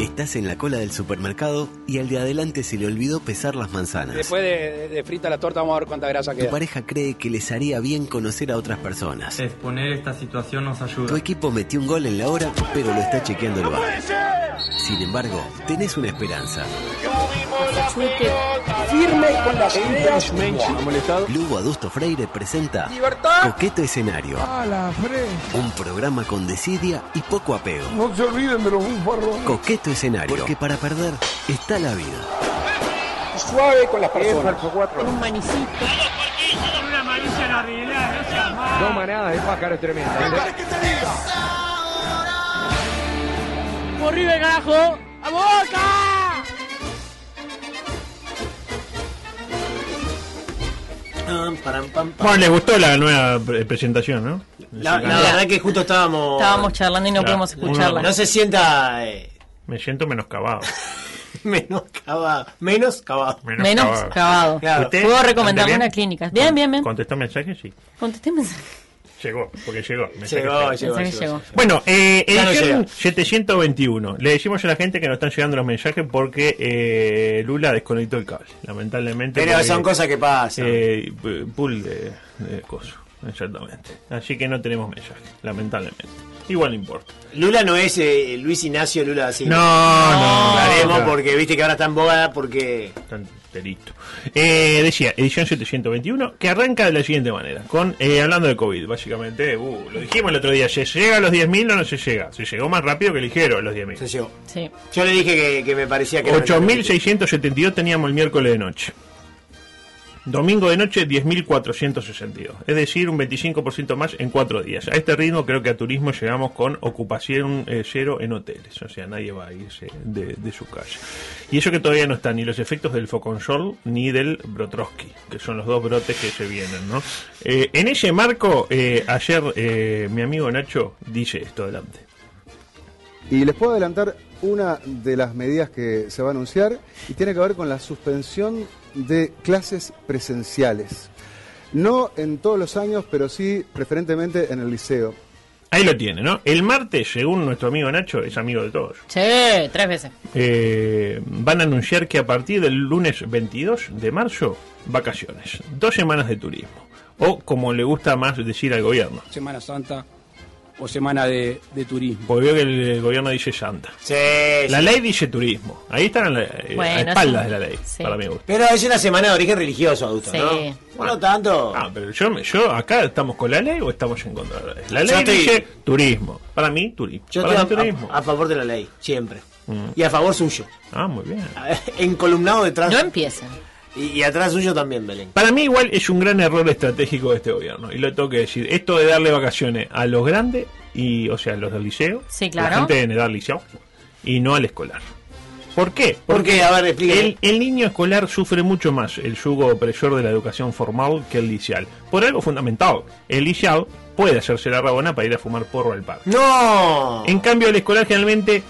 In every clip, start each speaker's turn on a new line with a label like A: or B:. A: Estás en la cola del supermercado y al de adelante se le olvidó pesar las manzanas.
B: Después de, de frita la torta vamos a ver cuánta grasa
A: Tu
B: queda.
A: pareja cree que les haría bien conocer a otras personas.
C: Exponer esta situación nos
A: Tu
C: ayuda.
A: equipo metió un gol en la hora, pero lo está chequeando el bar. Sin embargo, tenés una esperanza.
B: Firme con las ideas.
A: Lugo Adusto Freire presenta
B: Libertad.
A: Coqueto Escenario,
D: A la fre.
A: un programa con desidia y poco apego.
D: No se olviden de los bufarros.
A: Coqueto Escenario, porque para perder está la vida.
B: Suave con las personas.
E: ¡Por River, carajo! ¡A Boca!
F: Juan, les gustó la nueva pre- presentación, ¿no?
G: La, la verdad que justo estábamos.
E: Estábamos charlando y no
F: Claro.
E: podemos escucharla.
G: No se sienta eh,
F: Me siento menoscabado.
G: menos cavado. Menos cavado.
E: Menos cavado.
G: Claro.
F: ¿Usted?
E: Puedo recomendarme
F: ¿Anda
E: una clínica. Bien, bien, bien.
F: ¿Contestó mensajes? Sí.
E: Contesté mensaje.
F: Llegó, porque llegó. mensaje
G: Llegó,
F: llegó.
G: llegó.
E: Mensaje
G: llegó.
E: llegó.
F: Bueno, eh,
G: Ya no
F: edición
G: llega.
F: 721. Le decimos a la gente que nos están llegando los mensajes porque eh, Lula desconectó el cable, lamentablemente.
G: Pero
F: porque,
G: son cosas que pasan.
F: eh, p- pool de, de coso, exactamente. Así que no tenemos mensajes, lamentablemente. Igual no importa.
G: Lula no es eh, Luis Ignacio Lula así.
F: No, no,
G: Aclaremos
F: no.
G: porque viste que ahora está en boda porque.
F: Tan- delito. Eh, decía, edición 721, que arranca de la siguiente manera, con eh, hablando de COVID, básicamente, uh, lo dijimos el otro día, se llega a los 10.000 o no se llega, se llegó más rápido que ligero a los
G: Se
F: 10.000.
G: llegó.
E: Sí.
G: Yo le dije que, que me parecía que. era
F: 8.672 teníamos el miércoles de noche. Domingo de noche 10.462, es decir, un 25% más en cuatro días. A este ritmo creo que a turismo llegamos con ocupación eh, cero en hoteles, o sea, nadie va a irse de, de su casa. Y eso que todavía no están ni los efectos del Foconchol ni del Brotrosky, que son los dos brotes que se vienen, ¿no? Eh, en ese marco, eh, ayer eh, mi amigo Nacho dice esto adelante.
H: Y les puedo adelantar una de las medidas que se va a anunciar y tiene que ver con la suspensión de clases presenciales. No en todos los años, pero sí preferentemente en el liceo.
F: Ahí lo tiene, ¿no? El martes, según nuestro amigo Nacho, es amigo de todos.
E: Che, tres veces.
F: eh, van a anunciar que a partir del lunes 22 de marzo, vacaciones. Dos semanas de turismo. O como le gusta más decir al gobierno.
B: Semana Santa o semana de, de turismo.
F: Porque veo que el eh, gobierno dice Santa.
G: Sí, sí.
F: La ley dice turismo. Ahí están la- eh,
E: Bueno,
F: a espaldas
E: sí.
F: de la ley,
E: Sí.
F: para mi gusto.
G: Pero es una semana de origen religioso, adulto,
E: Sí.
G: ¿no? Por lo tanto.
F: Ah, pero yo, me- yo acá estamos con la ley o estamos en contra de la ley. La
G: Yo
F: ley
G: estoy-
F: dice turismo. Para mí, turismo.
G: Yo
F: para mí,
G: estoy
F: turismo.
G: a, a favor de la ley, siempre.
F: Mm.
G: Y a favor suyo.
F: Ah, muy bien.
G: Encolumnado
F: Ah.
G: detrás.
E: No empiecen.
G: Y, y atrás suyo también, Belén.
F: Para mí igual es un gran error estratégico de este gobierno, y lo tengo que decir. Esto de darle vacaciones a los grandes, y, o sea, a los del liceo,
E: Sí, claro.
F: la gente de edad liceo, y no al escolar. ¿Por qué?
G: Porque, a ver, explíqueme.
F: el, el niño escolar sufre mucho más el yugo opresor de la educación formal que el liceal. Por algo fundamental, el liceal puede hacerse la rabona para ir a fumar porro al parque.
G: ¡No!
F: En cambio, el escolar generalmente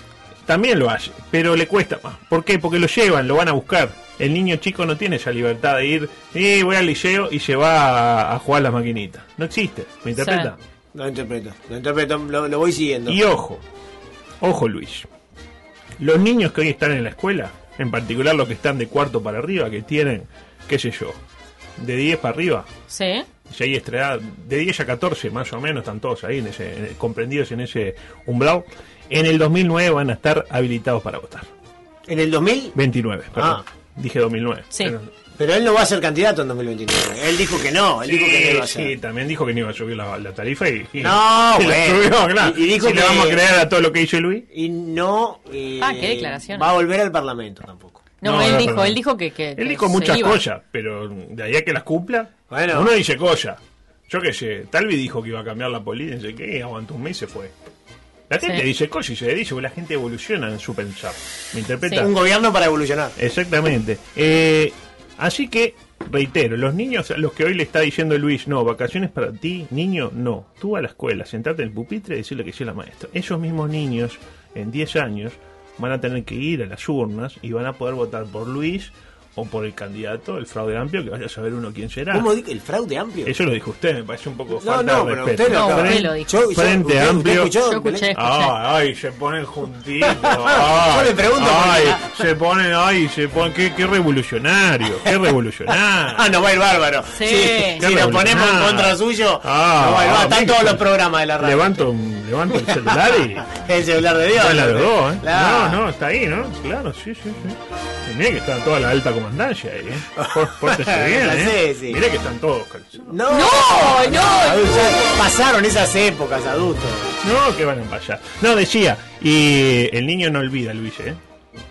F: también lo hace, pero le cuesta más. ¿Por qué? Porque lo llevan, lo van a buscar. El niño chico no tiene esa libertad de ir, eh, voy al liceo y se va a, a jugar a las maquinitas. No existe, ¿me interpreta?
G: Lo interpreto, lo interpreto, lo, lo voy siguiendo.
F: Y ojo, ojo Luis, los niños que hoy están en la escuela, en particular los que están de cuarto para arriba, que tienen, qué sé yo, de 10 para arriba,
E: Sí.
F: si hay estrenada de 10 a 14 más o menos, están todos ahí en ese, en- comprendidos en ese umbral, en el 2009 van a estar habilitados para votar.
G: En el 2000,
F: 29, perdón.
G: Ah.
F: Dije 2009.
E: Sí.
F: Pero-
G: pero él no va a ser candidato en 2029. Él dijo que no, él dijo que no iba a
F: Sí, sí,
G: ser.
F: también dijo que no iba a subir la, la tarifa y, y-
G: No,
F: y la
G: bueno.
F: subió, claro.
G: Y- y dijo
F: Si le
G: que-
F: vamos a creer a todo lo que dice Luis.
G: Y no. eh,
E: Ah, qué declaraciones.
G: Va a volver al Parlamento tampoco.
E: No,
F: No,
E: él
F: no,
E: dijo,
F: perdón.
E: él dijo que. que- que
F: Él dijo
E: se
F: muchas
E: iba.
F: cosas, pero de ahí a que las cumpla,
G: Bueno.
F: uno dice cosas. Yo qué sé, Talvi dijo que iba a cambiar la política, no sé qué, aguantó un mes y se fue. La gente
E: Sí.
F: dice cosas y se dice, porque la gente evoluciona en su pensar. ¿Me interpreta?
E: Sí.
G: Un gobierno para evolucionar.
F: Exactamente. Eh, así que Reitero, los niños a los que hoy le está diciendo Luis, no, vacaciones para ti, niño, no. Tú a la escuela, sentarte en el pupitre y decirle que sea la maestra. Esos mismos niños, en 10 años, van a tener que ir a las urnas y van a poder votar por Luis o por el candidato, el fraude amplio, que vaya a saber uno quién será.
G: ¿Cómo digo? ¿El fraude amplio?
F: eso lo dijo usted, me parece un poco
G: no,
F: falta
G: no,
F: de
G: pero
F: respeto.
G: usted lo
E: No,
G: acaba-
E: usted lo dijo.
G: Yo- yo-
F: Frente
G: usted- usted
F: Amplio.
G: escuchó,
E: Yo escuché.
G: Belén?
F: Ah, Ay, ay, se ponen juntitos.
G: Yo
F: ay,
G: le pregunto
F: Ay,
G: por
F: se ponen, ay, se ponen. Qué, qué revolucionario, qué revolucionario.
G: Ah, no va a ir bárbaro. Sí,
E: Sí.
F: Qué
G: Si nos
F: revolucionario.
G: ponemos en contra suyo,
F: Ah,
G: no va a ir
F: ah,
G: bárbaro. Están
F: México.
G: todos los programas de la radio.
F: Levanto, un- levanto el celular y.
G: El celular de Dios.
F: Está la de dos, ¿eh?
G: Claro.
F: No, no, está ahí, ¿no? Claro, sí, sí, sí. Y Mirá que está toda la alta comandancia ahí, ¿eh? Por- Pórtese bien, ¿eh?
G: Sí, sí.
F: Mirá que están todos calzados.
G: No,
E: No, no.
G: Adultos, ya Pasaron esas épocas, adultos.
F: No, que van a pasar. No, decía, y el niño no olvida, Luis, ¿eh?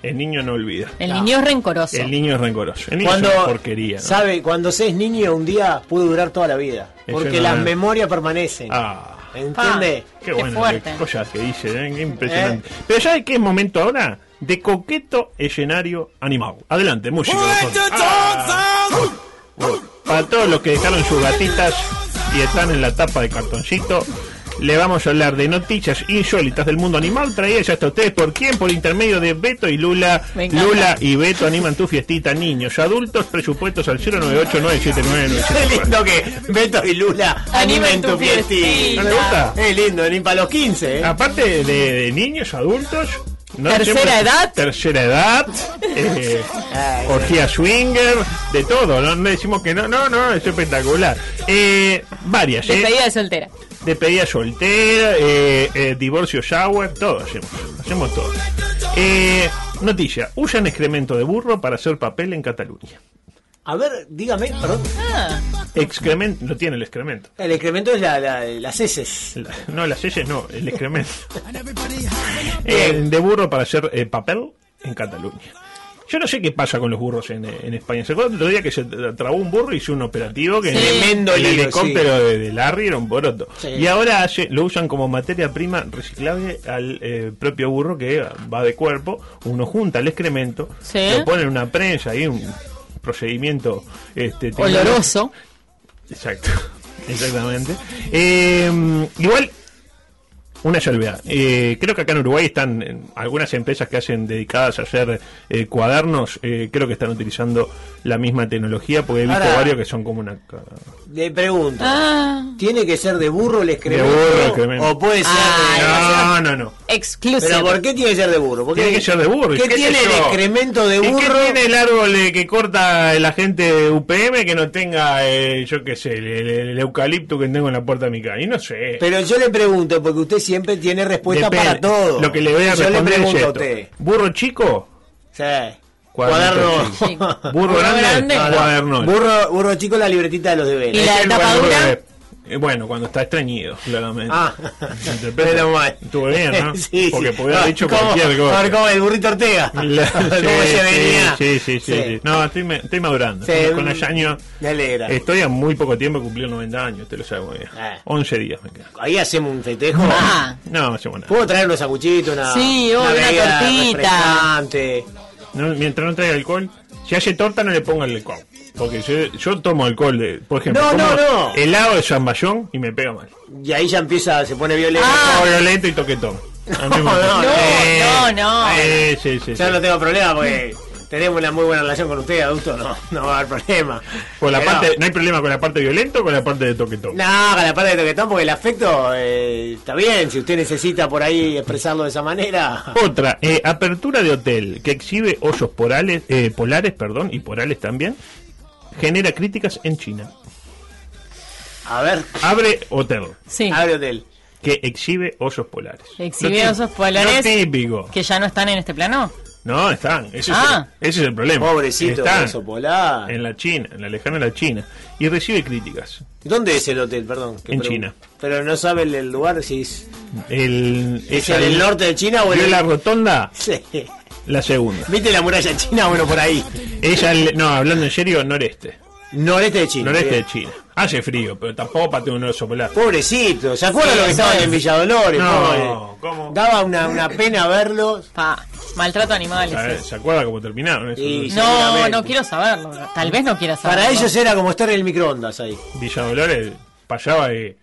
F: El niño no olvida.
E: El niño es rencoroso.
F: El niño es rencoroso. El niño
G: Cuando,
F: es una porquería. ¿no?
G: sabe, cuando se es niño un día puede durar toda la vida.
F: Eso
G: Porque
F: no
G: las
F: es.
G: memorias permanecen.
F: Ah,
G: Eh, ¿Entiende?
E: Pa.
F: qué
E: Qué
F: bueno,
E: fuerte.
F: qué cosas que dice, ¿eh? qué impresionante. Pero ¿sabe qué es momento ahora? De coqueto escenario animado. Adelante, música. por favor. Ah. Bueno, para todos los que dejaron sus gatitas y están en la tapa de cartoncito, le vamos a hablar de noticias insólitas del mundo animal traídas hasta ustedes por quién, por intermedio de Beto y Lula.
E: Me encanta.
F: Lula y Beto animan tu fiestita, niños, adultos, presupuestos al 098
G: Qué lindo que Beto y Lula animen tu
F: ¿No
G: fiestita.
F: le gusta?
G: Es lindo, ni para los 15. ¿eh?
F: Ah. Aparte de, de niños, adultos. no
E: Tercera edad.
F: Tercera edad. eh,
G: Ay,
F: orgía swinger. De todo. No No decimos que no. No, no, es espectacular. Eh, varias. eh.
E: Despedida de soltera.
F: Despedida soltera. eh, eh, divorcio shower. Todo hacemos. Hacemos todo. Eh, noticia. Usan excremento de burro para hacer papel en Cataluña.
G: A ver, dígame, perdón.
E: Ah,
F: Excremento. No tiene el excremento.
G: El excremento es la, la- las heces.
F: La- no, las heces no. El excremento. Eh, de burro para hacer eh, papel en Cataluña. Yo no sé qué pasa con los burros en, eh, en España. ¿Se acuerdan el otro día que se tra- trabó un burro y hizo un operativo que
G: Tremendo
F: el
G: lío,
F: helicóptero de, de Larry era un poroto?
G: Sí.
F: Y ahora hace- lo usan como materia prima reciclable al eh, propio burro que va de cuerpo. Uno junta el excremento,
E: Sí.
F: lo pone en una prensa y un procedimiento este,
E: oloroso.
F: Exacto, exactamente. Eh, igual, una salvedad. Eh, creo que acá en Uruguay están eh, algunas empresas que hacen dedicadas a hacer eh, cuadernos. eh, creo que están utilizando la misma tecnología porque he visto
G: Ahora-
F: varios que son como una. ca-
G: Le pregunto.
E: Ah,
G: ¿Tiene que ser de burro el excremento?
F: burro el excremento.
G: ¿O puede ser de-
F: No, no, no.
E: exclusivo.
G: ¿Pero por qué tiene que ser de burro? Porque
F: Tiene que ser de burro.
G: ¿Qué,
F: sé
G: tiene el
F: yo?
G: excremento de
F: ¿Y
G: burro?
F: ¿Qué tiene el árbol eh, que corta la gente de UPM que no tenga, eh, yo qué sé, el, el- el eucalipto que tengo en la puerta de mi casa? Y no sé.
G: Pero yo le pregunto, porque usted siempre tiene respuesta
F: Depende.
G: para todo.
F: Lo que le voy a
G: Yo le
F: responder
G: pregunto
F: es
G: a
F: esto.
G: usted.
F: ¿Burro chico?
G: Sí.
F: Cuaderno
G: Cuaderno.
E: chico.
F: ¿Burro
E: Burro
F: grande?
E: grande.
G: No, no.
F: Cuaderno.
G: Burro, burro chico la libretita de los
E: Y
G: deberes.
E: la-
F: Es el
E: tapadura?
F: cuaderno de- eh, Bueno, cuando está estreñido, claramente.
G: Ah,
F: ¿Se interpreta?
G: menos mal.
F: Estuvo bien, ¿no?
G: sí,
F: Porque
G: sí.
F: podría haber dicho
G: ¿Cómo-
F: cualquier cosa.
G: a ver, ¿cómo el burrito Ortega?
F: La-
G: ¿Cómo
F: sí,
G: se
F: sí,
G: venía?
F: Sí, sí, sí, sí. No, estoy, me- estoy madurando.
G: Sí,
F: Con
G: un-
F: los años.
G: Me alegra.
F: Estoy a muy poco tiempo de cumplir 90 años, te lo sabes muy bien.
G: Ah.
F: 11 días me quedan.
G: Ahí hacemos un festejo.
E: Ah,
F: No, no sé, bueno.
G: ¿Puedo traer unos sacuchitos? Una,
E: Sí, obvio, una
G: bebida
E: tortita.
G: refrescante?
F: No, mientras no traiga alcohol, si hace torta no le ponga el alcohol. Porque yo, yo tomo alcohol, de, por ejemplo,
G: No, no,
F: como
G: no.
F: helado de zamballón y me pega mal.
G: Y ahí ya empieza, se pone violento.
F: Todo violento y toquetón. A mí me
G: No,
F: gusta.
G: no,
E: Ah. no, no.
F: Eh, sí, sí, sí.
G: Yo no tengo problema porque tenemos una muy buena relación con usted, adulto, no, no va a haber problema.
F: Con Pues la
G: Pero-
F: parte, no hay problema con la parte violento o con la parte de toquetón.
G: No, con la parte de toquetón, porque el afecto eh, está bien, si usted necesita por ahí expresarlo de esa manera.
F: Otra, eh, apertura de hotel que exhibe osos porales, eh, polares perdón, y porales también, genera críticas en China.
G: A ver,
F: Abre hotel
E: sí.
G: abre hotel.
F: que exhibe osos polares.
E: Exhibe
F: Lo tí-
E: osos polares.
F: Lo típico.
E: Que ya no están en este plano.
F: No, están. Ese,
E: Ah.
F: es, el, ese es el problema.
G: Pobrecito,
F: están
G: oso polar.
F: en la China, en la lejana la China. Y recibe críticas.
G: ¿Dónde es el hotel, perdón? que
F: En
G: pregunto.
F: China.
G: Pero no sabe el, el lugar si es,
F: El,
G: es en el norte de China o en
F: ¿Vio
G: el... este?
F: la rotonda?
G: Sí.
F: La segunda.
G: ¿Viste la muralla china? Bueno, por ahí.
F: Ella, no, hablando en serio, noreste.
G: Noreste de China.
F: Noreste
G: bien.
F: de China. Hace frío, pero tampoco para tener un oso polar.
G: Pobrecito, ¿se acuerdan
E: Sí,
G: lo que estaban
E: sí.
G: en Villadolores?
F: No,
G: pobre?
F: ¿cómo?
G: Daba una, una pena verlos.
E: Pa, maltrato a
F: A ver,
E: animales.
F: ¿Se acuerda cómo terminaron? esos
G: Sí.
F: dos?
E: No,
G: seguramente.
E: no quiero saberlo. Tal vez no quiera saberlo.
F: Ah.
G: Para ellos era como estar en el microondas ahí.
F: Villa Dolores payaba de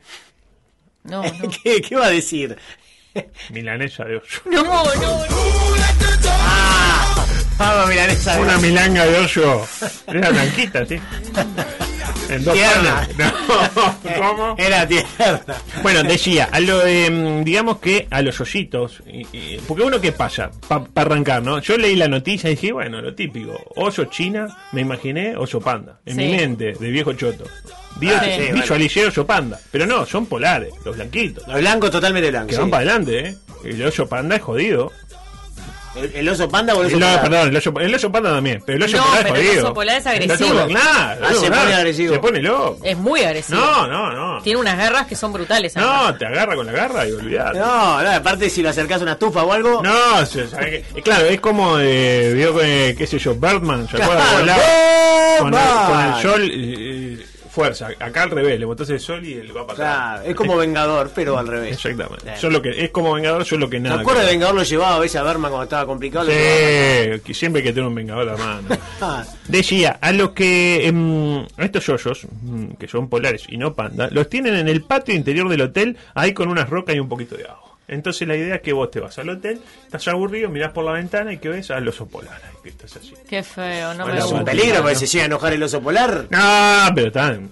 E: No, no.
G: ¿Qué, qué va a decir?
F: milanesa de oso.
E: No, no, no.
G: Ah, vamos, milanesa.
F: Una milanga de oso. Era blanquita, sí. En dos
G: Tierna.
F: panes. No, ¿cómo?
G: Era tierna.
F: Bueno, decía, a lo de, mm, digamos que a los ositos, y- y- porque uno que pasa, para arrancar, ¿no? Yo leí la noticia y dije, bueno, lo típico, oso china, me imaginé oso panda, en
E: Sí.
F: mi mente, de viejo choto. Vi-
E: Ah, sí,
F: visualicé oso panda, pero no, son polares, los blanquitos,
G: Los blancos totalmente
F: que
G: blancos.
F: van
G: sí.
F: para adelante, ¿eh? El oso panda es jodido.
G: El, el oso panda o el oso
F: El, oso-
G: polar?
F: perdón, el oso, el oso panda también, pero el oso
E: No,
F: polar es
E: pero el
F: jodido.
E: oso polar es agresivo.
F: El oso polar- claro,
G: Ah,
F: el oso
G: se
F: polar
G: pone agresivo.
F: Se pone loco.
E: Es muy agresivo.
F: No, no, no.
E: Eh, Tiene unas garras que son brutales. además.
F: No, te agarra con la garra y olvidate.
G: No, no, aparte si lo acercás a una estufa o algo.
F: No, se- sabe que- eh, claro, es como eh, vio que, qué sé yo, Birdman, ¿se acuerdan?
G: Claro.
F: Volaba con, el, con el
G: Birdman.
F: sol, eh, eh, fuerza, acá al revés, le botas el sol y él va para
G: Claro,
F: atrás.
G: es como Vengador, pero al revés.
F: Exactamente.
G: Claro.
F: Yo lo que, es como Vengador, yo lo que
G: ¿Te
F: nada.
G: acuerdas de Vengador lo llevaba a veces a Berman cuando estaba complicado? Lo llevaba.
F: Sí, que siempre que tiene un Vengador a la mano.
G: Ah,
F: Decía, a los que em, a estos yoyos, mm, que son polares y no panda, los tienen en el patio interior del hotel, ahí con unas rocas y un poquito de agua. Entonces la idea es que vos te vas al hotel, estás aburrido, mirás por la ventana y que ves a los polares, que estás así.
E: Qué feo, no me
F: Bueno,
G: es un
E: gusta.
G: peligro porque si llega a enojar el oso polar.
F: No, pero están,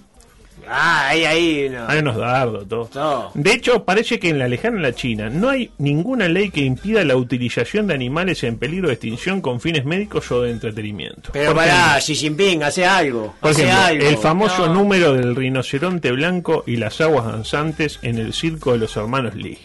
G: Ah, ahí, ahí. No.
F: hay unos dardos, todo.
G: No.
F: De hecho, parece que en la lejana la China no hay ninguna ley que impida la utilización de animales en peligro de extinción con fines médicos o de entretenimiento.
G: Pero
F: Por
G: pará,
F: ejemplo-
G: Xi Jinping, hace algo.
F: Por
G: hace
F: ejemplo,
G: algo.
F: el famoso
E: No.
F: número del rinoceronte blanco y las aguas danzantes en el circo de los hermanos Lee.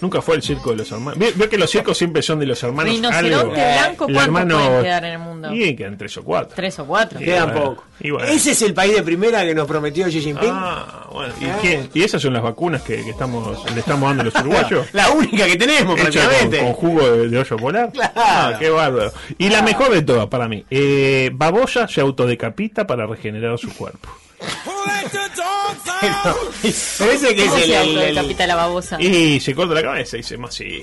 F: Nunca fue el circo de los hermanos. Veo que los circos siempre son de los hermanos
E: Rinoceronte
F: algo.
E: blanco,
F: El
E: ¿cuántos
F: hermano-
E: pueden quedar en el mundo?
F: Y quedan tres o cuatro.
E: Tres o cuatro.
F: Sí.
G: Quedan
F: Y bueno,
G: poco.
F: y bueno.
G: Ese es el país de primera que nos prometió Xi Jinping.
F: Ah, bueno. ¿Y, quién- y esas son las vacunas que, que estamos, le estamos dando a los uruguayos.
G: La única que tenemos
F: Hecha con,
G: prácticamente.
F: con jugo de, de oso polar.
G: Claro.
F: Ah, qué bárbaro. Y la mejor de todas para mí. Eh, babosa se autodecapita para regenerar su cuerpo.
G: Parece que es
E: ¿Cómo
G: el,
E: se
G: el-
E: habla de
G: el-
E: Capita la babosa?
F: Y se corta la cabeza y dice, más sí.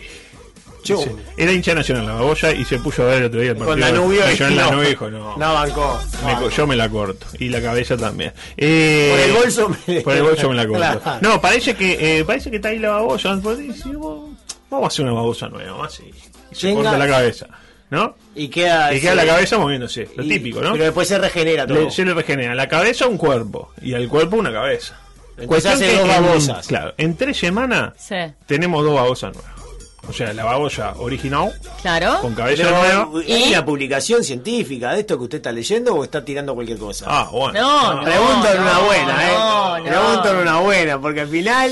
G: Chum.
F: Dice, Era hincha nacional la babosa y se puso a ver el otro día el partido.
G: con Danubio.
F: Y yo
G: y
F: en
G: no.
F: Danubio dijo, no.
G: No bancó.
F: me co- yo me la corto. Y la cabeza también. Eh,
G: Por el bolso me-
F: por el bolso me la corto.
G: Claro.
F: No, parece que, eh, parece que está ahí la babosa. Pues dice, "Vos- Vamos a hacer una babosa nueva, más sí. Y se
G: Venga.
F: corta la cabeza. ¿No?
G: Y queda.
F: Y queda
G: sí.
F: la cabeza moviéndose, lo
G: Y-
F: típico, ¿no?
G: Pero después se regenera todo.
F: Le- se le regenera la cabeza un cuerpo y al cuerpo una cabeza.
G: Entonces
F: Cuestión
G: hace
F: que
G: dos
F: en-
G: babosas.
F: claro, en tres semanas
E: Sí,
F: tenemos dos babosas nuevas. O sea, la babosa original con
E: claro.
F: cabeza
G: Pero,
F: nueva.
G: ¿Hay
E: ¿Y?
G: una publicación científica de esto que usted está leyendo o está tirando cualquier cosa?
F: Ah, bueno.
E: No, no.
G: Preguntan
E: no,
G: una buena, ¿eh?
E: no, no.
G: Preguntan una buena, porque al final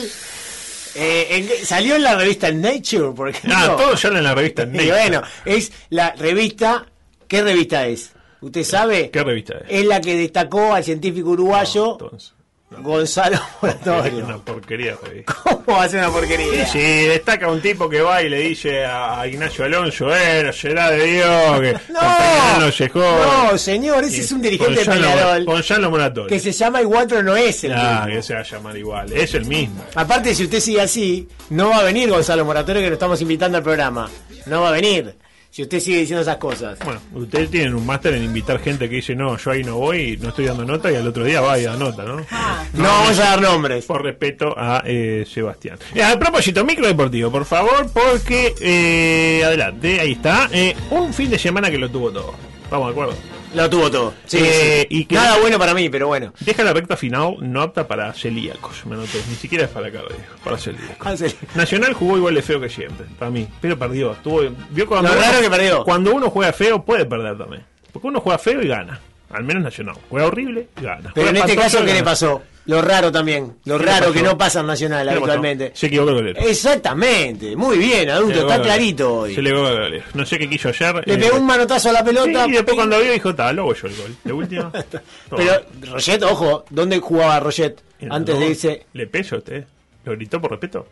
G: eh, en- salió en la revista Nature, porque
F: Ah, todo sale en la revista
G: Y
F: Nature.
G: bueno, es la revista. ¿Qué revista es? ¿Usted sabe?
F: ¿Qué revista es?
G: Es la que destacó al científico uruguayo
F: Entonces,
G: Gonzalo
F: es
G: Moratorio.
F: una porquería. güey.
G: ¿Cómo hace una porquería?
F: Sí, destaca un tipo que va y le dice a a Ignacio Alonso, eh, no será de Dios, que
G: No,
F: con Peñarol no se jode.
G: no, señor, ese
F: Y
G: es un dirigente de
F: Gonzalo-
G: Peñarol
F: Gonzalo Moratorio.
G: que se llama igual pero no es el
F: Ah,
G: mismo.
F: que se va a llamar igual. Es el mismo.
G: Aparte, si usted sigue así, no va a venir Gonzalo Moratorio, que lo estamos invitando al programa. No va a venir. Si usted sigue diciendo esas cosas.
F: Bueno, ustedes tienen un máster en invitar gente que dice, no, yo ahí no voy, no estoy dando nota, y al otro día va y da nota, ¿no?
G: No, vamos a dar nombres.
F: Por respeto a eh, Sebastián. Eh, a propósito, micro deportivo, por favor, porque... eh, adelante, ahí está. Eh, un fin de semana que lo tuvo todo. Vamos, de acuerdo.
G: Lo tuvo todo. Sí,
F: Eh,
G: sí.
F: y que-
G: Nada bueno para mí, pero bueno.
F: Deja la recta final no apta para celíacos, me noté. Ni siquiera es para cardíacos, para celíacos.
G: Ah, sí.
F: Nacional jugó igual de feo que siempre, para mí. Pero perdió. Estuvo, vio cuando
G: Lo
F: uno-
G: raro que perdió.
F: Cuando uno juega feo, puede perder también. Porque uno juega feo y gana. Al menos Nacional. Juega horrible y gana.
G: Pero
F: Juega
G: en este
F: espantoso
G: caso,
F: y
G: ¿qué le
F: gana.
G: pasó? Lo raro también. Lo
F: ¿Qué le
G: raro
F: pasó?
G: que no pasa en Nacional
F: ¿Qué le pasó?
G: habitualmente. Eh,
F: Se equivocó el golero.
G: Exactamente. Muy bien,
F: Se le
G: adulto.
F: equivocó
G: Está
F: el golero.
G: clarito hoy.
F: Se le equivocó el golero. No sé qué quiso ayer.
G: Le
F: eh,
G: pegó un manotazo a la
F: sí,
G: pelota.
F: y después cuando vio dijo, tal, lo hago yo el gol. De última. Toma.
G: Pero, Roget, ojo, ¿dónde jugaba Roget?
F: En el
G: Antes de
F: gol.
G: irse.
F: ¿Le peso a usted? ¿Lo gritó por respeto?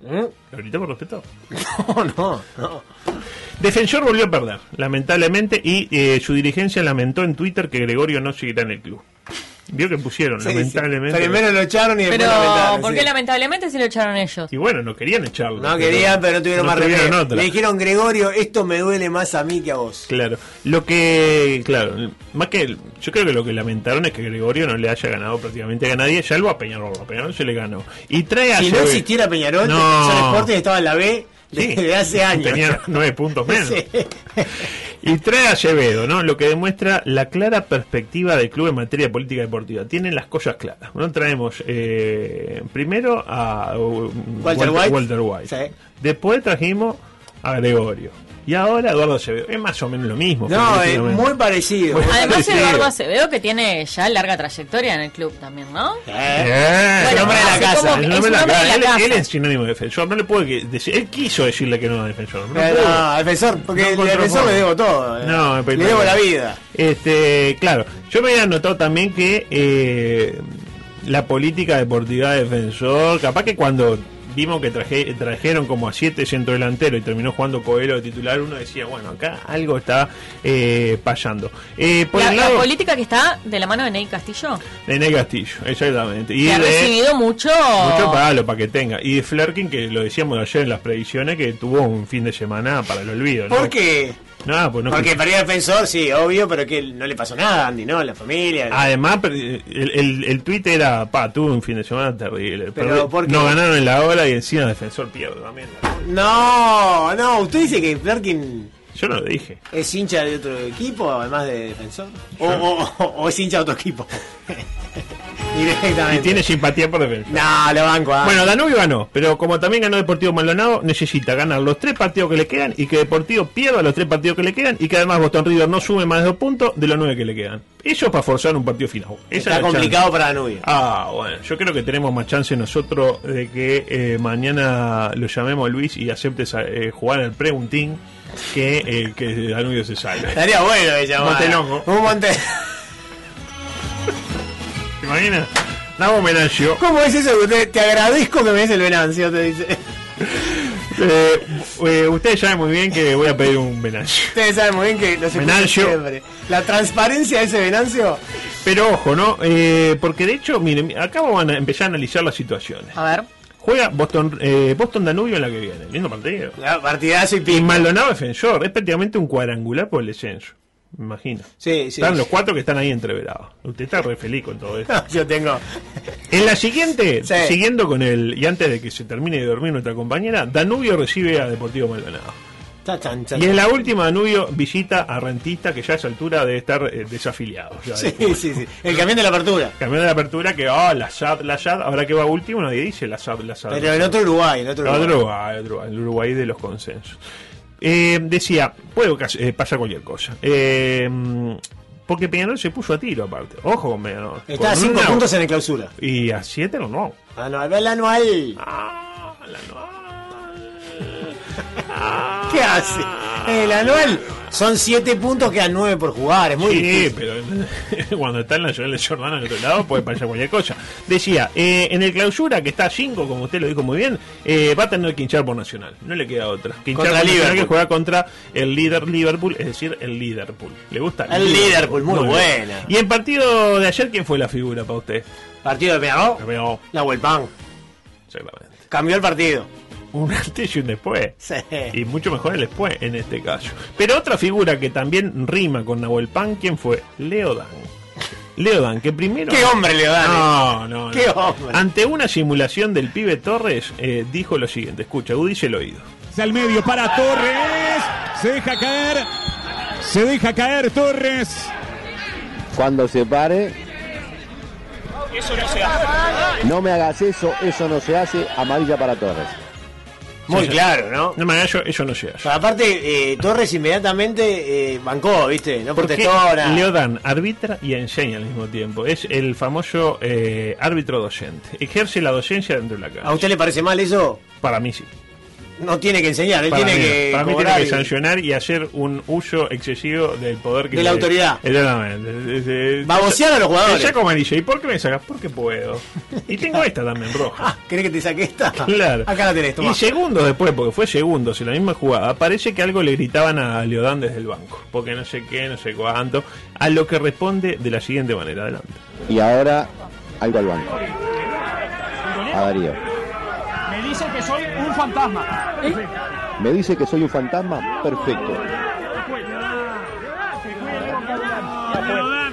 G: ¿Mm?
F: ¿Lo gritó por respeto?
G: No, Oh, no, no.
F: Defensor volvió a perder, lamentablemente, y eh, su dirigencia lamentó en Twitter que Gregorio no seguirá en el club. Vio que pusieron,
G: Sí, sí.
F: lamentablemente.
G: Primero lo echaron y después
E: Pero,
G: lamentaron,
E: ¿por
G: sí.
E: qué lamentablemente se lo echaron ellos?
F: Y bueno, no querían echarlo.
G: No querían, pero no tuvieron más
F: tuvieron
G: remedio.
F: otra.
G: Le dijeron, Gregorio, esto me duele más a mí que a vos.
F: Claro. Lo que, claro, más que yo creo que lo que lamentaron es que Gregorio no le haya ganado prácticamente a nadie, salvo a Peñarol. A Peñarol se le ganó. Y trae a
G: Si no
F: Acevedo.
G: existiera Peñarol,
F: No.
G: Defensor Sporting estaba en la B
F: Sí.
G: desde hace años.
F: Tenía nueve puntos menos.
G: Sí.
F: Y trae a Acevedo, ¿no? Lo que demuestra la clara perspectiva del club en materia de política deportiva. Tienen las cosas claras. No traemos eh, primero a uh,
G: Walter White.
F: Walter White.
G: Sí.
F: Después trajimos a Gregorio. Y ahora Eduardo Acevedo. Es más o menos lo mismo.
G: No, es
F: futbolísticamente.
G: muy parecido. Eh,
F: Bueno.
E: Además,
F: Parecido.
E: Eduardo Acevedo, que tiene ya larga trayectoria en el club también, ¿no?
G: Eh,
F: Eh,
E: Bueno,
F: el hombre de la
E: hace
F: casa.
E: como-
F: el
E: es
F: hombre
E: un
F: de la
E: hombre de
F: casa.
E: la
F: Él-
E: casa.
F: Él es sinónimo de defensor. No le puede que decir. Él quiso decirle que no a defensor. No
G: eh,
F: pudo.
G: no, defensor,
F: No
G: porque el
F: encontró
G: defensor
F: forma.
G: le debo todo. eh.
F: No,
G: le
F: espectacular.
G: debo la vida.
F: Este, claro, yo me había notado también que eh, la política deportiva de defensor, capaz que cuando vimos que traje- trajeron como a siete centrodelanteros y terminó jugando Coelho de titular, uno decía, bueno, acá algo está eh, pasando. Eh, por
E: La,
F: el
E: la
F: lado
E: política que está de la mano de Ney Castillo,
F: de Ney Castillo, exactamente. Y
E: que ha
F: de-
E: recibido mucho...
F: Mucho palo para que tenga. Y de Flerkin, que lo decíamos ayer en las predicciones, que tuvo un fin de semana para el olvido. ¿no?
G: ¿Por qué?
F: No, pues no
G: Porque perdió el defensor, sí, obvio, pero que no le pasó nada a Andy, ¿no? La familia.
F: Además, per- el, el, el tuit era, pa, tuve un fin de semana terrible.
G: Pero,
F: Perdi-
G: ¿por qué?
F: No ganaron en la hora y encima defensor pierde también.
G: No, no, usted dice que Flarkin
F: Yo no lo dije.
G: es hincha de otro equipo, además de defensor. O, o- o- o es hincha de otro equipo. Directamente.
F: Y tiene simpatía por defensor.
G: No, lo banco. ah.
F: Bueno, Danubio ganó, pero como también ganó Deportivo Maldonado, necesita ganar los tres partidos que le quedan y que Deportivo pierda los tres partidos que le quedan y que además Boston River no sume más de dos puntos de los nueve que le quedan. Eso es para forzar un partido final. Esa es la
G: Está
F: chance.
G: complicado para Danubio.
F: Ah, bueno, yo creo que tenemos más chance nosotros de que eh, mañana lo llamemos a Luis y aceptes a, eh, jugar al preguntín que, eh, que Danubio se salve.
G: Estaría bueno que llamara.
F: Montelongo.
G: Un monte...
F: ¿Te imaginas? Damos homenaje. ¿oh?
G: ¿Cómo es eso? que usted- te agradezco que me des el venancio, te dice.
F: Eh, eh, ustedes saben muy bien que voy a pedir un homenaje.
G: Ustedes saben muy bien que los escucho
F: Venancio.
G: siempre. La transparencia de ese venancio.
F: Pero ojo, ¿no? Eh, porque de hecho, miren, acá vamos a empezar a analizar las situaciones.
E: A ver,
F: Juega Boston, eh, Boston Danubio en la que viene. Lindo partido.
G: Ah, Partidazo y
F: Y
G: pima.
F: Maldonado defensor. Es prácticamente un cuadrangular por el descenso. Me imagino.
G: Sí, sí.
F: Están los cuatro que están ahí entreverados. Usted está re feliz con todo esto.
G: Yo tengo.
F: En la siguiente,
G: Sí.
F: siguiendo con el. Y antes de que se termine de dormir nuestra compañera, Danubio recibe a Deportivo Maldonado.
G: Cha, chan, cha,
F: Y en la última, Danubio visita a Rentista, que ya a esa altura debe estar eh, desafiliado. ya de
G: Sí,
F: fútbol.
G: sí, sí. El camión de la apertura.
F: Cambió de apertura que, ah, la SAD, la SAD. Ahora que va último, nadie dice la SAD, la SAD. la
G: Pero en
F: SAD.
G: otro Uruguay, en otro Uruguay.
F: Otro Uruguay, otro Uruguay, el Uruguay de los consensos. Eh, decía, puede cas- eh, pasar cualquier cosa. Eh, mm, porque Peñarol se puso a tiro aparte. Ojo con Peñarol.
G: Está a
F: Con
G: 5
F: una-
G: puntos en el clausura.
F: Y a 7 no, no.
G: Anual, Ah, el anual.
F: Ah, la anual.
G: ¿Qué hace? El anual. Son 7 puntos, quedan 9 por jugar. Es muy
F: Sí,
G: difícil.
F: pero cuando está en la ciudad de Jordana en otro lado puede pasar cualquier cosa. Decía, eh, en el clausura, que está a 5, como usted lo dijo muy bien, eh, va a tener que hinchar por Nacional. No le queda otra. Que hinchar
G: Contra
F: por Nacional, que
G: Liverpool.
F: juega contra el líder Liverpool, es decir, el Liverpool. ¿Le gusta?
G: El Liverpool, muy buena.
F: bien. Y en partido de ayer, ¿quién fue la figura para usted?
G: Partido de
F: La
G: Peñarol.
F: veo,
G: La Huelpán.
F: seguramente.
G: Cambió el partido.
F: Un antes y un después.
G: Sí.
F: Y mucho mejor el después en este caso. Pero otra figura que también rima con Nahuel Pan, ¿quién fue? Leodan. Leodan, que primero.
G: ¿Qué hombre le dan?
F: No, no, no.
G: Qué hombre.
F: Ante una simulación del pibe Torres, eh, dijo lo siguiente: escucha, Udice el oído.
I: al medio para Torres. Se deja caer. Se deja caer Torres.
C: cuando se pare. Eso no se hace. No me hagas eso, eso no se hace. Amarilla para Torres.
G: Muy
F: Sí, sí.
G: claro, ¿no?
F: No me hagas, yo- eso no se hace.
G: Pero aparte, eh, Torres inmediatamente eh, bancó, ¿viste? No
F: Porque
G: protestó ahora.
F: Leodan arbitra y enseña al mismo tiempo. Es el famoso eh, árbitro docente. Ejerce la docencia dentro de la
G: ¿A
F: casa.
G: usted le parece mal eso?
F: Para mí sí.
G: no tiene que enseñar, él
F: Para
G: tiene
F: mí,
G: que.
F: para mí tiene
G: cobrar
F: que
G: y-
F: sancionar y hacer un uso excesivo del poder que
G: De la
F: le-
G: autoridad.
F: Exactamente. Es- es-
G: Babosear a los jugadores.
F: Te saco amarilla. ¿Y por qué me sacas? Porque puedo. Y tengo esta también, roja.
G: Ah, ¿Querés que te saque esta?
F: Claro.
G: Acá la tenés,
F: Y
G: toma.
F: segundos después, porque fue segundos y la misma jugada, parece que algo le gritaban a Leodán desde el banco. Porque no sé qué, no sé cuánto. A lo que responde de la siguiente manera. Adelante.
C: Y ahora algo al banco. A Darío. ¿Eh?
J: Me dice que soy un fantasma.
C: Me dice que soy un fantasma, perfecto.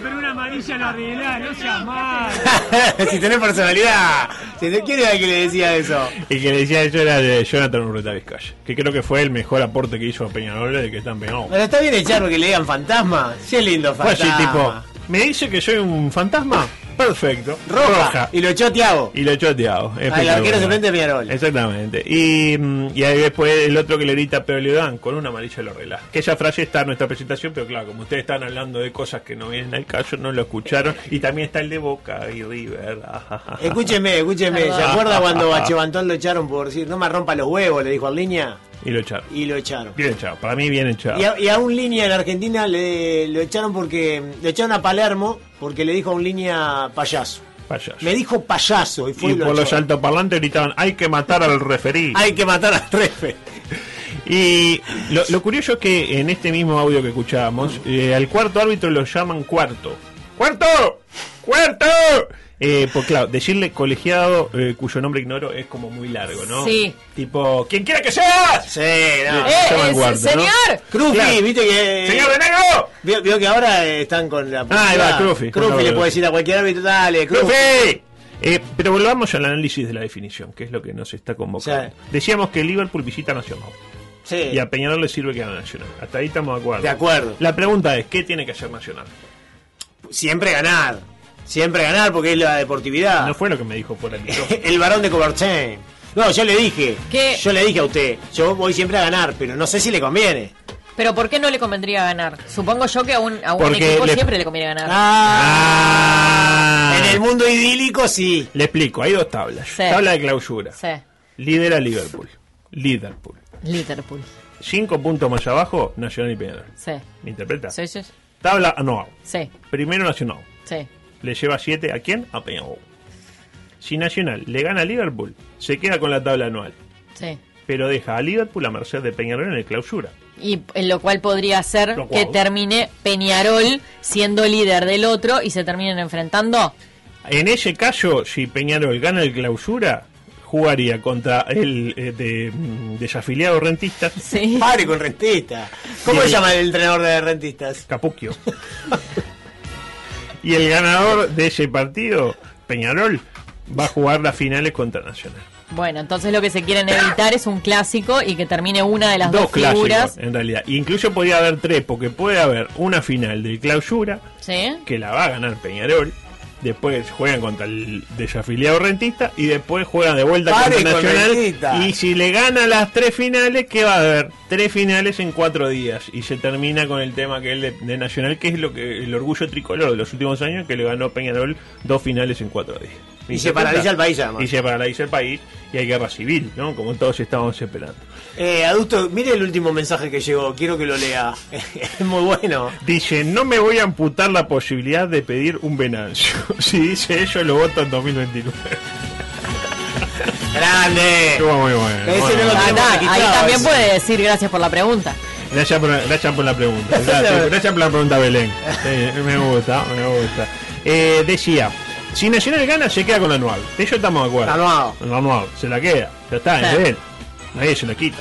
J: pero una amarilla la arreglá, no seas malo.
G: si tenés personalidad. Si te quiere, era que le decía eso.
F: El que le decía eso era de Jonathan Urreta Vizcaya. Que creo que fue el mejor aporte que hizo Peñarol de que está en Peñarol.
G: Pero está bien echarlo que le digan fantasma. Sí, es lindo
F: Fue así,
G: fantasma.
F: Pues tipo, ¿me dice que soy un fantasma? Perfecto.
G: Roja. Y lo echó a Tiago.
F: Y lo echó a Thiago.
G: Al arquero suplente de Peñarol.
F: Exactamente. Y, mm, y ahí después el otro que le grita, pero le dan con una amarilla lo arregla. Que esa frase está en nuestra presentación, pero claro, como ustedes están hablando de cosas que no vienen al caso, no lo escucharon. Y también está el de Boca y River. Ah,
G: Escúcheme, escúcheme. ¿Se acuerda cuando a Chevantón lo echaron por decir no me rompa los huevos? Le dijo a Línea
F: Y lo echaron.
G: y lo echaron.
F: Bien echado. Para mí, bien echado.
G: Y a, y a un línea en Argentina le, lo echaron porque lo echaron a Palermo porque le dijo a un línea payaso.
F: Payaso.
G: Me dijo payaso y fue
F: Y
G: y lo
F: por los
G: echó.
F: altoparlantes gritaban, hay que matar al referí.
G: Hay que matar al refe.
F: Y lo, lo curioso es que en este mismo audio que escuchábamos, eh, al cuarto árbitro lo llaman cuarto. ¡Cuarto! ¡Cuarto! Eh, pues claro, decirle colegiado eh, cuyo nombre ignoro es como muy largo, ¿no?
E: Sí.
F: Tipo, quien quiera que seas!
G: Sí, no.
F: Eh, se llama
E: eh,
F: guarda, ¿no?
E: señor!
G: Crufi,
F: Claro.
G: viste que. eh,
F: ¡Señor Venero!
G: Vio, vio que ahora eh, están con la.
F: Ah, ahí va, Crufi. Por
G: Crufi
F: favor.
G: le puede decir a cualquier árbitro, dale, Crufi.
F: ¡Crufi! Eh, pero volvamos al análisis de la definición, que es lo que nos está convocando.
G: Sí.
F: Decíamos que Liverpool visita a Nacional
G: Sí.
F: y a Peñarol le sirve que a Nacional. Hasta ahí estamos de acuerdo.
G: De acuerdo.
F: La pregunta es, ¿qué tiene que hacer Nacional?
G: Siempre ganar. Siempre ganar porque es la
E: Ah.
G: deportividad.
F: No fue lo que me dijo por el micrófono.
G: el varón de Cobertin. No, yo le dije.
E: ¿Qué?
G: Yo le dije a usted. Yo voy siempre a ganar, pero no sé si le conviene.
E: Pero ¿por qué no le convendría ganar? Supongo yo que a un, a un
F: Porque
E: equipo
F: le-
E: siempre le conviene ganar.
F: Ah.
G: En el mundo idílico, sí.
F: Le explico, hay dos tablas.
E: Sí.
F: Tabla de clausura.
E: Sí,
F: Líder a Liverpool. Liverpool.
E: Liverpool.
F: Cinco puntos más abajo, Nacional y Peñarol.
E: Sí.
F: ¿Me interpreta?
E: Sí, sí,
F: Tabla anual.
E: sí,
F: Primero Nacional.
E: sí.
F: Le lleva siete a quién? A Peñarol. Si Nacional le gana a Liverpool, se queda con la tabla anual.
E: sí.
F: Pero deja a Liverpool a merced de Peñarol en el clausura.
E: Y en lo cual podría ser
F: Lo cual.
E: que termine Peñarol siendo líder del otro y se terminen enfrentando.
F: En ese caso, si Peñarol gana el clausura, jugaría contra el eh, de- mm, desafiliado rentistas,
E: Sí.
G: Pare con rentista. ¿Cómo
F: Y
G: se
F: ahí-
G: llama el entrenador de rentistas?
F: Capuquio. y el ganador de ese partido, Peñarol, va a jugar las finales contra Nacional.
E: Bueno, entonces lo que se quieren evitar es un clásico y que termine una de las dos,
F: Dos clásicos,
E: figuras.
F: en realidad. Incluso podría haber tres, porque puede haber una final del clausura,
E: Sí.
F: que la va a ganar Peñarol. Después juegan contra el desafiliado rentista y después juegan de vuelta
G: Pare
F: contra
G: con
F: Nacional.
G: Rentista.
F: Y si le gana las tres finales, ¿qué va a haber? Tres finales en cuatro días. Y se termina con el tema que es de, de Nacional, que es lo que el orgullo tricolor de los últimos años, que le ganó Peñarol dos finales en cuatro días.
G: Y se paraliza el país, además.
F: Y se paraliza el país y hay guerra civil, ¿no? Como todos estábamos esperando.
G: Eh, adulto, mire el último mensaje que llegó. Quiero que lo lea. es muy bueno.
F: Dice, no me voy a amputar la posibilidad de pedir un venancio. Si dice eso, lo voto en 2029.
G: ¡Grande!
F: Estuvo muy bueno.
G: Ese
F: Bueno,
G: no lo tenemos
F: bueno.
E: Ah,
G: registrado,
E: ahí también
G: ese.
E: puede decir gracias por la pregunta.
F: Gracias por, gracias por la pregunta. Gracias, gracias por la pregunta, Belén. Sí, me gusta, me gusta. Eh, decía, si Nacional gana, se queda con la anual. De eso estamos de acuerdo.
G: Anual.
F: La anual, se la queda. Ya está, es
E: Sí.
F: de él. Nadie se la quita.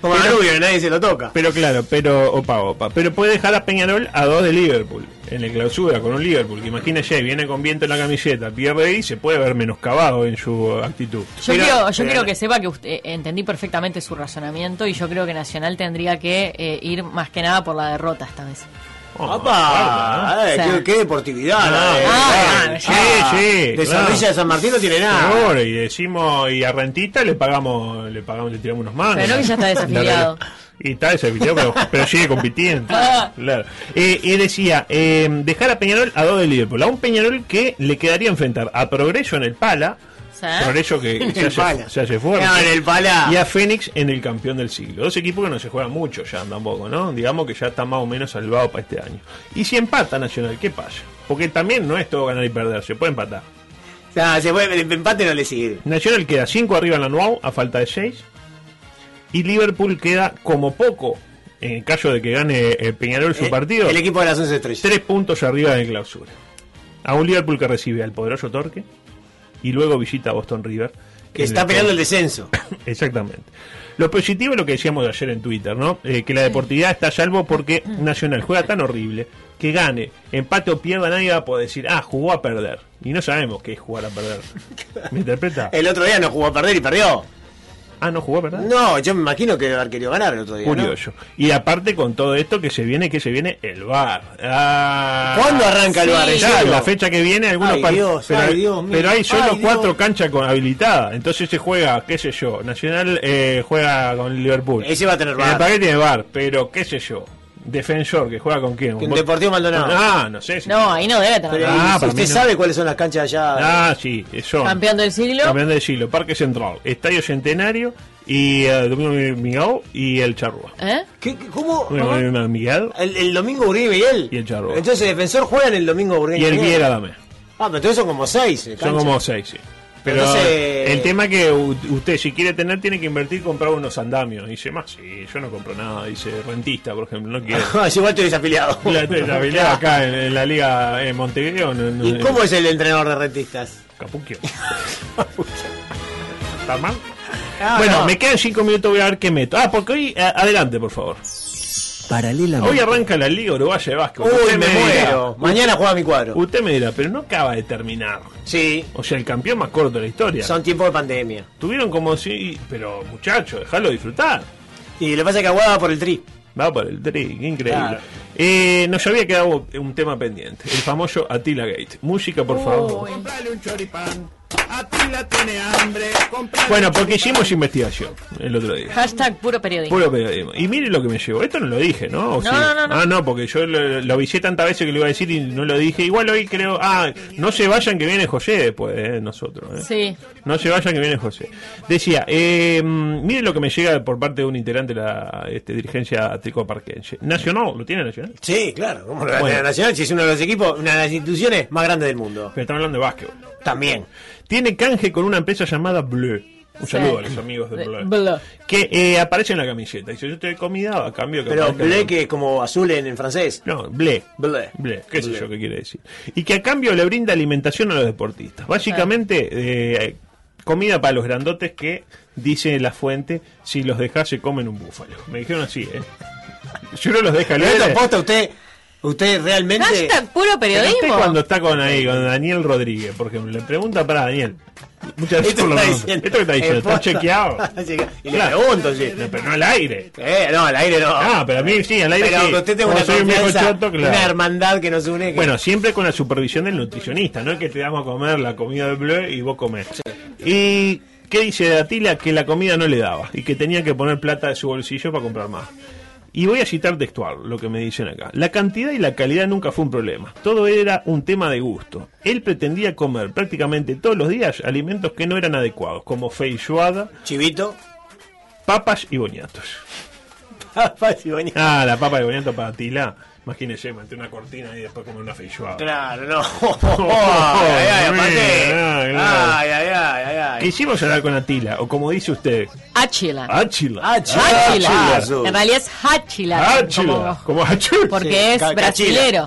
G: Como a Danubio, nadie se lo toca.
F: Pero claro, pero opa, opa. Pero puede dejar a Peñarol a dos de Liverpool. En el clausura con un Liverpool, que imagínese, viene con viento en la camiseta, pierde y se puede ver menoscabado en su actitud.
E: Yo,
F: Pero-
E: quiero, yo
F: pero-
E: quiero que sepa que usted, eh, entendí perfectamente su razonamiento y yo creo que Nacional tendría que eh, ir más que nada por la derrota esta vez.
F: Oh, guarda, ¿eh?
G: ¡Apa! Eh,
E: Sí.
G: qué, qué deportividad!
F: Ah,
G: eh.
E: ah,
F: sí, sí,
G: De
F: claro.
G: Zorrilla de San Martín no tiene nada.
F: Seguro, y decimos, y a Rentista le pagamos, le pagamos, le tiramos unos manos.
E: Pero no que ya está desafiliado. Ah.
F: Y está desafiliado, pero, pero sigue compitiendo. Claro. Eh, y decía, em, eh, dejar a Peñarol a dos de Liverpool. A un Peñarol que le quedaría enfrentar a Progreso en el Pala,
E: Sí.
F: Progreso que
G: En
F: se
G: el
F: hace,
G: Pala.
F: se hace fuerte.
G: No, en el Pala.
F: Y a Fénix en el campeón del siglo. Dos equipos que no se juegan mucho ya tampoco, ¿no? Digamos que ya está más o menos salvado para este año. Y si empata Nacional, ¿qué pasa? Porque también no es todo ganar y perder, se puede empatar.
G: Nah, se fue, el empate no le sirve.
F: Nacional queda 5 arriba en la Nuau a falta de 6. Y Liverpool queda como poco, en caso de que gane eh, Peñarol su
G: Eh,
F: partido,
G: El equipo de las 11 estrellas.
F: 3 puntos arriba de clausura. A un Liverpool que recibe al poderoso Torque y luego visita a Boston River.
G: Que
F: en
G: está
F: el-
G: peleando el descenso.
F: Exactamente. Lo positivo es lo que decíamos ayer en Twitter, ¿no? Eh, que la deportividad está a salvo porque Nacional juega tan horrible que gane, empate o pierda, nadie va a poder decir, ah, jugó a perder. Y no sabemos qué es jugar a perder. ¿Me interpreta?
G: El otro día no jugó a perder y perdió.
F: Ah, no jugó a perder.
G: No, yo me imagino que debe haber querido ganar el otro día. ¿no?
F: Curioso. Y aparte con todo esto que se viene, que se viene el bar. Ah.
G: ¿Cuándo arranca el Ah,
E: Sí.
G: bar?
F: Ya,
G: Solo.
F: la fecha que viene, algunos
G: Ay,
F: par-
G: Dios,
F: pero,
G: ay, Dios mío.
F: pero hay solo
G: Ay,
F: cuatro
G: Dios.
F: canchas con habilitadas. Entonces se juega, qué sé yo, Nacional eh, juega con Liverpool.
G: Ese va a tener
F: En
G: bar.
F: El paquete tiene bar, pero qué sé yo. Defensor que juega con quién?
G: Con Deportivo Maldonado.
F: Ah, no sé. si-
E: No, ahí no debe
G: Pero
E: tener.
G: ¿y
F: Ah,
G: si
F: para mí
G: usted
F: no.
G: sabe cuáles son las canchas allá.
F: Ah, sí, eso.
E: Campeón del siglo.
F: Campeón del siglo, Parque Central, Estadio Centenario y eh, Domingo Miguel y el Charrúa.
E: ¿Eh?
G: ¿Qué- qué- ¿Cómo?
F: Domingo Miguel
G: El, el domingo Uribe Miguel.
F: Y el Charro.
G: Entonces, defensor juega en el domingo Uribe
F: y el
G: Miguel.
F: Viera Dame.
G: Ah, pero entonces son como seis. eh,
F: Son
G: canchas.
F: como seis, sí. Pero
G: Entonces-
F: el tema que u- usted, si quiere tener, tiene que invertir, comprar unos andamios. Dice, más, sí, yo no compro nada. Dice, rentista, por ejemplo, no quiero.
G: Ah, yo igual estoy desafiliado.
F: la, la pelea acá en, en la liga en Montevideo. No, no-
G: ¿Y cómo es el entrenador de rentistas?
F: Capuquio. ¿Está mal?
G: Ah,
F: bueno,
G: no.
F: me quedan cinco minutos, voy a ver qué meto. Ah, porque hoy, a- adelante, por favor.
A: Paralelamente.
F: Hoy arranca la Liga Uruguaya de Básquet.
G: Uy,
F: Usted
G: me
F: dirá-
G: muero. Mañana juega mi cuadro.
F: Usted me dirá, pero no acaba de terminar.
G: Sí,
F: O sea, el campeón más corto de la historia.
G: son tiempos de pandemia.
F: Tuvieron como si. Pero muchachos, dejalo disfrutar.
G: Y lo que pasa es que aguada por el tri.
F: Va por el tri, qué increíble.
G: Claro.
F: Eh, nos había quedado un tema pendiente: el famoso Attila Gate. Música, por favor. Bueno, porque hicimos investigación el otro día.
E: Hashtag puro periodismo.
F: Puro periodismo. Y mire lo que me llevó. Esto no lo dije, ¿no? ¿O
E: No, no, no, no.
F: Ah, no, porque yo lo, lo avisé tantas veces que lo iba a decir y no lo dije. Igual hoy creo. Ah, no se vayan que viene José después, eh, nosotros. Eh.
E: Sí.
F: No se vayan que viene José. Decía, eh, mm, miren lo que me llega por parte de un integrante de la este, dirigencia tricoparquense. Nacional, ¿lo tiene Nacional?
G: Sí, claro. Como la
F: Bueno.
G: Nacional, si es uno de los equipos, una de las instituciones más grandes del mundo.
F: Pero estamos hablando de básquetbol.
G: También.
F: Tiene canje con una empresa llamada Bleu. Un
E: Sí.
F: saludo a los amigos de
E: De-
F: Bleu.
E: Bleu.
F: Que eh, aparece en la camiseta. Dice, yo te doy comida a cambio que
G: Pero
F: aparezca-
G: Ble, que es como azul en, en francés.
F: No, Bleu.
G: Bleu.
F: Bleu, qué sé
G: Bleu.
F: yo qué quiere decir. Y que a cambio le brinda alimentación a los deportistas. Básicamente, eh, comida para los grandotes que, dice la fuente, si los dejas se comen un búfalo. Me dijeron así, ¿eh? Yo no los deja
G: Pero
F: leer. ¿eh?
G: esto posta, usted, usted realmente.
E: Hashtag puro
F: Pero usted cuando
E: periodismo.
F: está con ahí, con Daniel Rodríguez, porque le pregunta para Daniel. Muchas gracias
G: Esto
F: por lo
G: está
F: menos.
G: diciendo-
F: Esto que está diciendo, está
G: Posta.
F: chequeado.
G: y le
F: Claro.
G: pregunto, sí.
F: No, pero no al aire.
G: Eh, no, al aire no.
F: Ah, pero a mí sí, al aire
G: Pero
F: sí.
G: aunque usted tenga
F: Como
G: una
F: soy un viejo
G: confianza,
F: choto, claro.
G: una hermandad que nos une. que-
F: Bueno, siempre con la supervisión del nutricionista, no es que te damos a comer la comida de Bleu y vos comés. ¿Y qué dice de Atila? Que la comida no le daba y que tenía que poner plata de su bolsillo para comprar más. Y voy a citar textual lo que me dicen acá. La cantidad y la calidad nunca fue un problema. Todo era un tema de gusto. Él pretendía comer prácticamente todos los días alimentos que no eran adecuados, como feijoada,
G: Chivito.
F: papas y boñatos.
G: papas y bañados.
F: Ah, la papa de boñato para Atila. Imagínese, mete una cortina y después comer una feijoada.
G: Claro, no. ay, ay, aparte.
F: mira, claro.
G: Ay, ay, ay, ay, ay.
F: Quisimos hablar con Atila, o como dice usted,
E: Achila.
F: Achila.
E: Achila.
G: Achila.
E: En realidad es Hachila.
F: Achila. Ah, Como Achila.
E: Porque
G: Sí,
E: es
G: ca-
E: brasilero.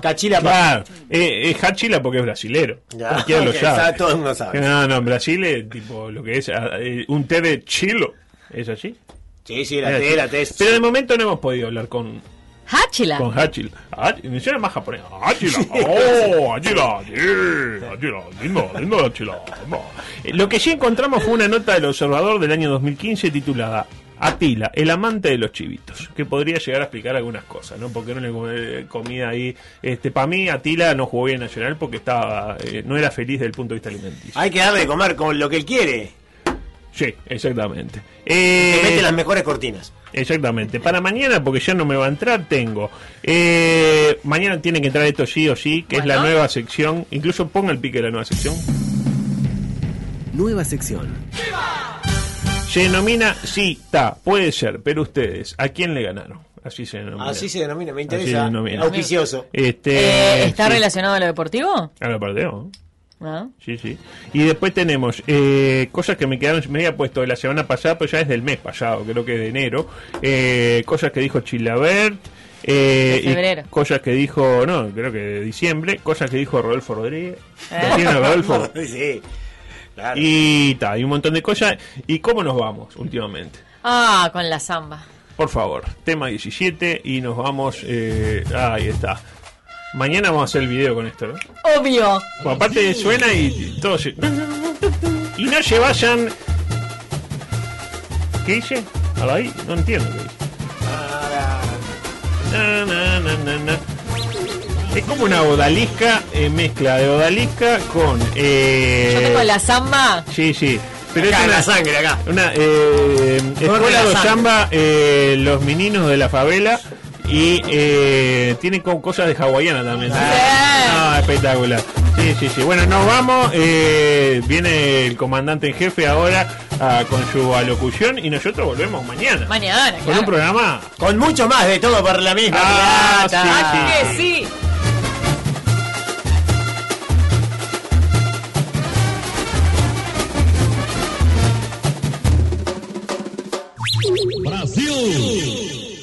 G: Cachila, Cachila, pa-
F: Claro, eh, es Hachila porque es brasilero.
G: Ya,
F: Cualquiera lo
G: ok,
F: sabe.
G: ya todo el mundo sabe.
F: No, no, en Brasil es tipo lo que es ah, eh, un té de chilo. ¿Es así?
G: Sí, sí, la
F: Es
G: T,
F: así.
G: la T.
F: Pero de momento no hemos podido hablar con,
E: Hachila.
F: con Hachila. Ah, Me suena más japonés. Hachila. Oh, Hachila. Sí, Hachila. Lindo, lindo Hachila. No. Eh, Lo que sí encontramos fue una nota del Observador del año 2015 titulada Atila, el amante de los chivitos, que podría llegar a explicar algunas cosas, ¿no? Porque no le com- eh, comía ahí. Este, para mí, Atila no jugó bien en Nacional porque estaba, eh, no era feliz desde el punto de vista alimenticio.
G: Hay que darle de comer con lo que él quiere.
F: Sí, exactamente.
G: Que
F: Eh,
G: mete las mejores cortinas.
F: Exactamente. Para mañana, porque ya no me va a entrar, tengo. eh, mañana tiene que entrar esto sí o sí, que es la
E: Bueno.
F: nueva sección. Incluso ponga el pique de la nueva sección.
A: Nueva sección.
F: Se denomina cita, puede ser, pero ustedes, ¿a quién le ganaron? Así se denomina.
G: Así se denomina, me
F: Así se
G: interesa.
F: denomina.
G: Auspicioso.
F: Este,
E: Eh, ¿Está
F: sí.
E: relacionado a lo deportivo?
F: Ahora perdemos.
E: ¿No?
F: Sí, sí. Y después tenemos eh, cosas que me quedaron, me había puesto de la semana pasada, pero ya es del mes pasado, creo que de enero. Eh, cosas que dijo Chilabert. Eh,
E: De febrero.
F: y cosas que dijo, no, creo que de diciembre. Cosas que dijo Rodolfo Rodríguez.
E: Eh.
F: ¿Lo tiene Rodolfo?
G: sí. Claro.
F: Y ta, y un montón de cosas. ¿Y cómo nos vamos últimamente?
E: Ah, con la samba.
F: Por favor, tema 17 y nos vamos. eh, ahí está. Mañana vamos a hacer el video con esto, ¿no?
E: Obvio.
F: Pues aparte suena y todo se... Y no se vayan... ¿Qué dice? A la I, no entiendo qué dice. Na, na, na, na, na. Es como una odalisca, eh, mezcla de odalisca con... eh,
E: Yo tengo la samba.
F: Sí, sí. Pero
G: Acá,
F: es
G: en
F: una,
G: la sangre, acá.
F: una eh, escuela
G: la
F: de
G: sangre.
F: samba, eh, los meninos de la favela y eh, tiene co- cosas de hawaiana también. ¿eh? Ah, espectacular. Sí, sí, sí. Bueno, nos vamos. eh, viene el comandante en jefe ahora ah, con su alocución y nosotros volvemos mañana.
E: Mañana,
F: Con
E: claro.
F: un programa.
G: Con mucho más de todo por la misma
F: Ah,
G: plata.
F: sí,
E: Así que sí.
I: Brasil.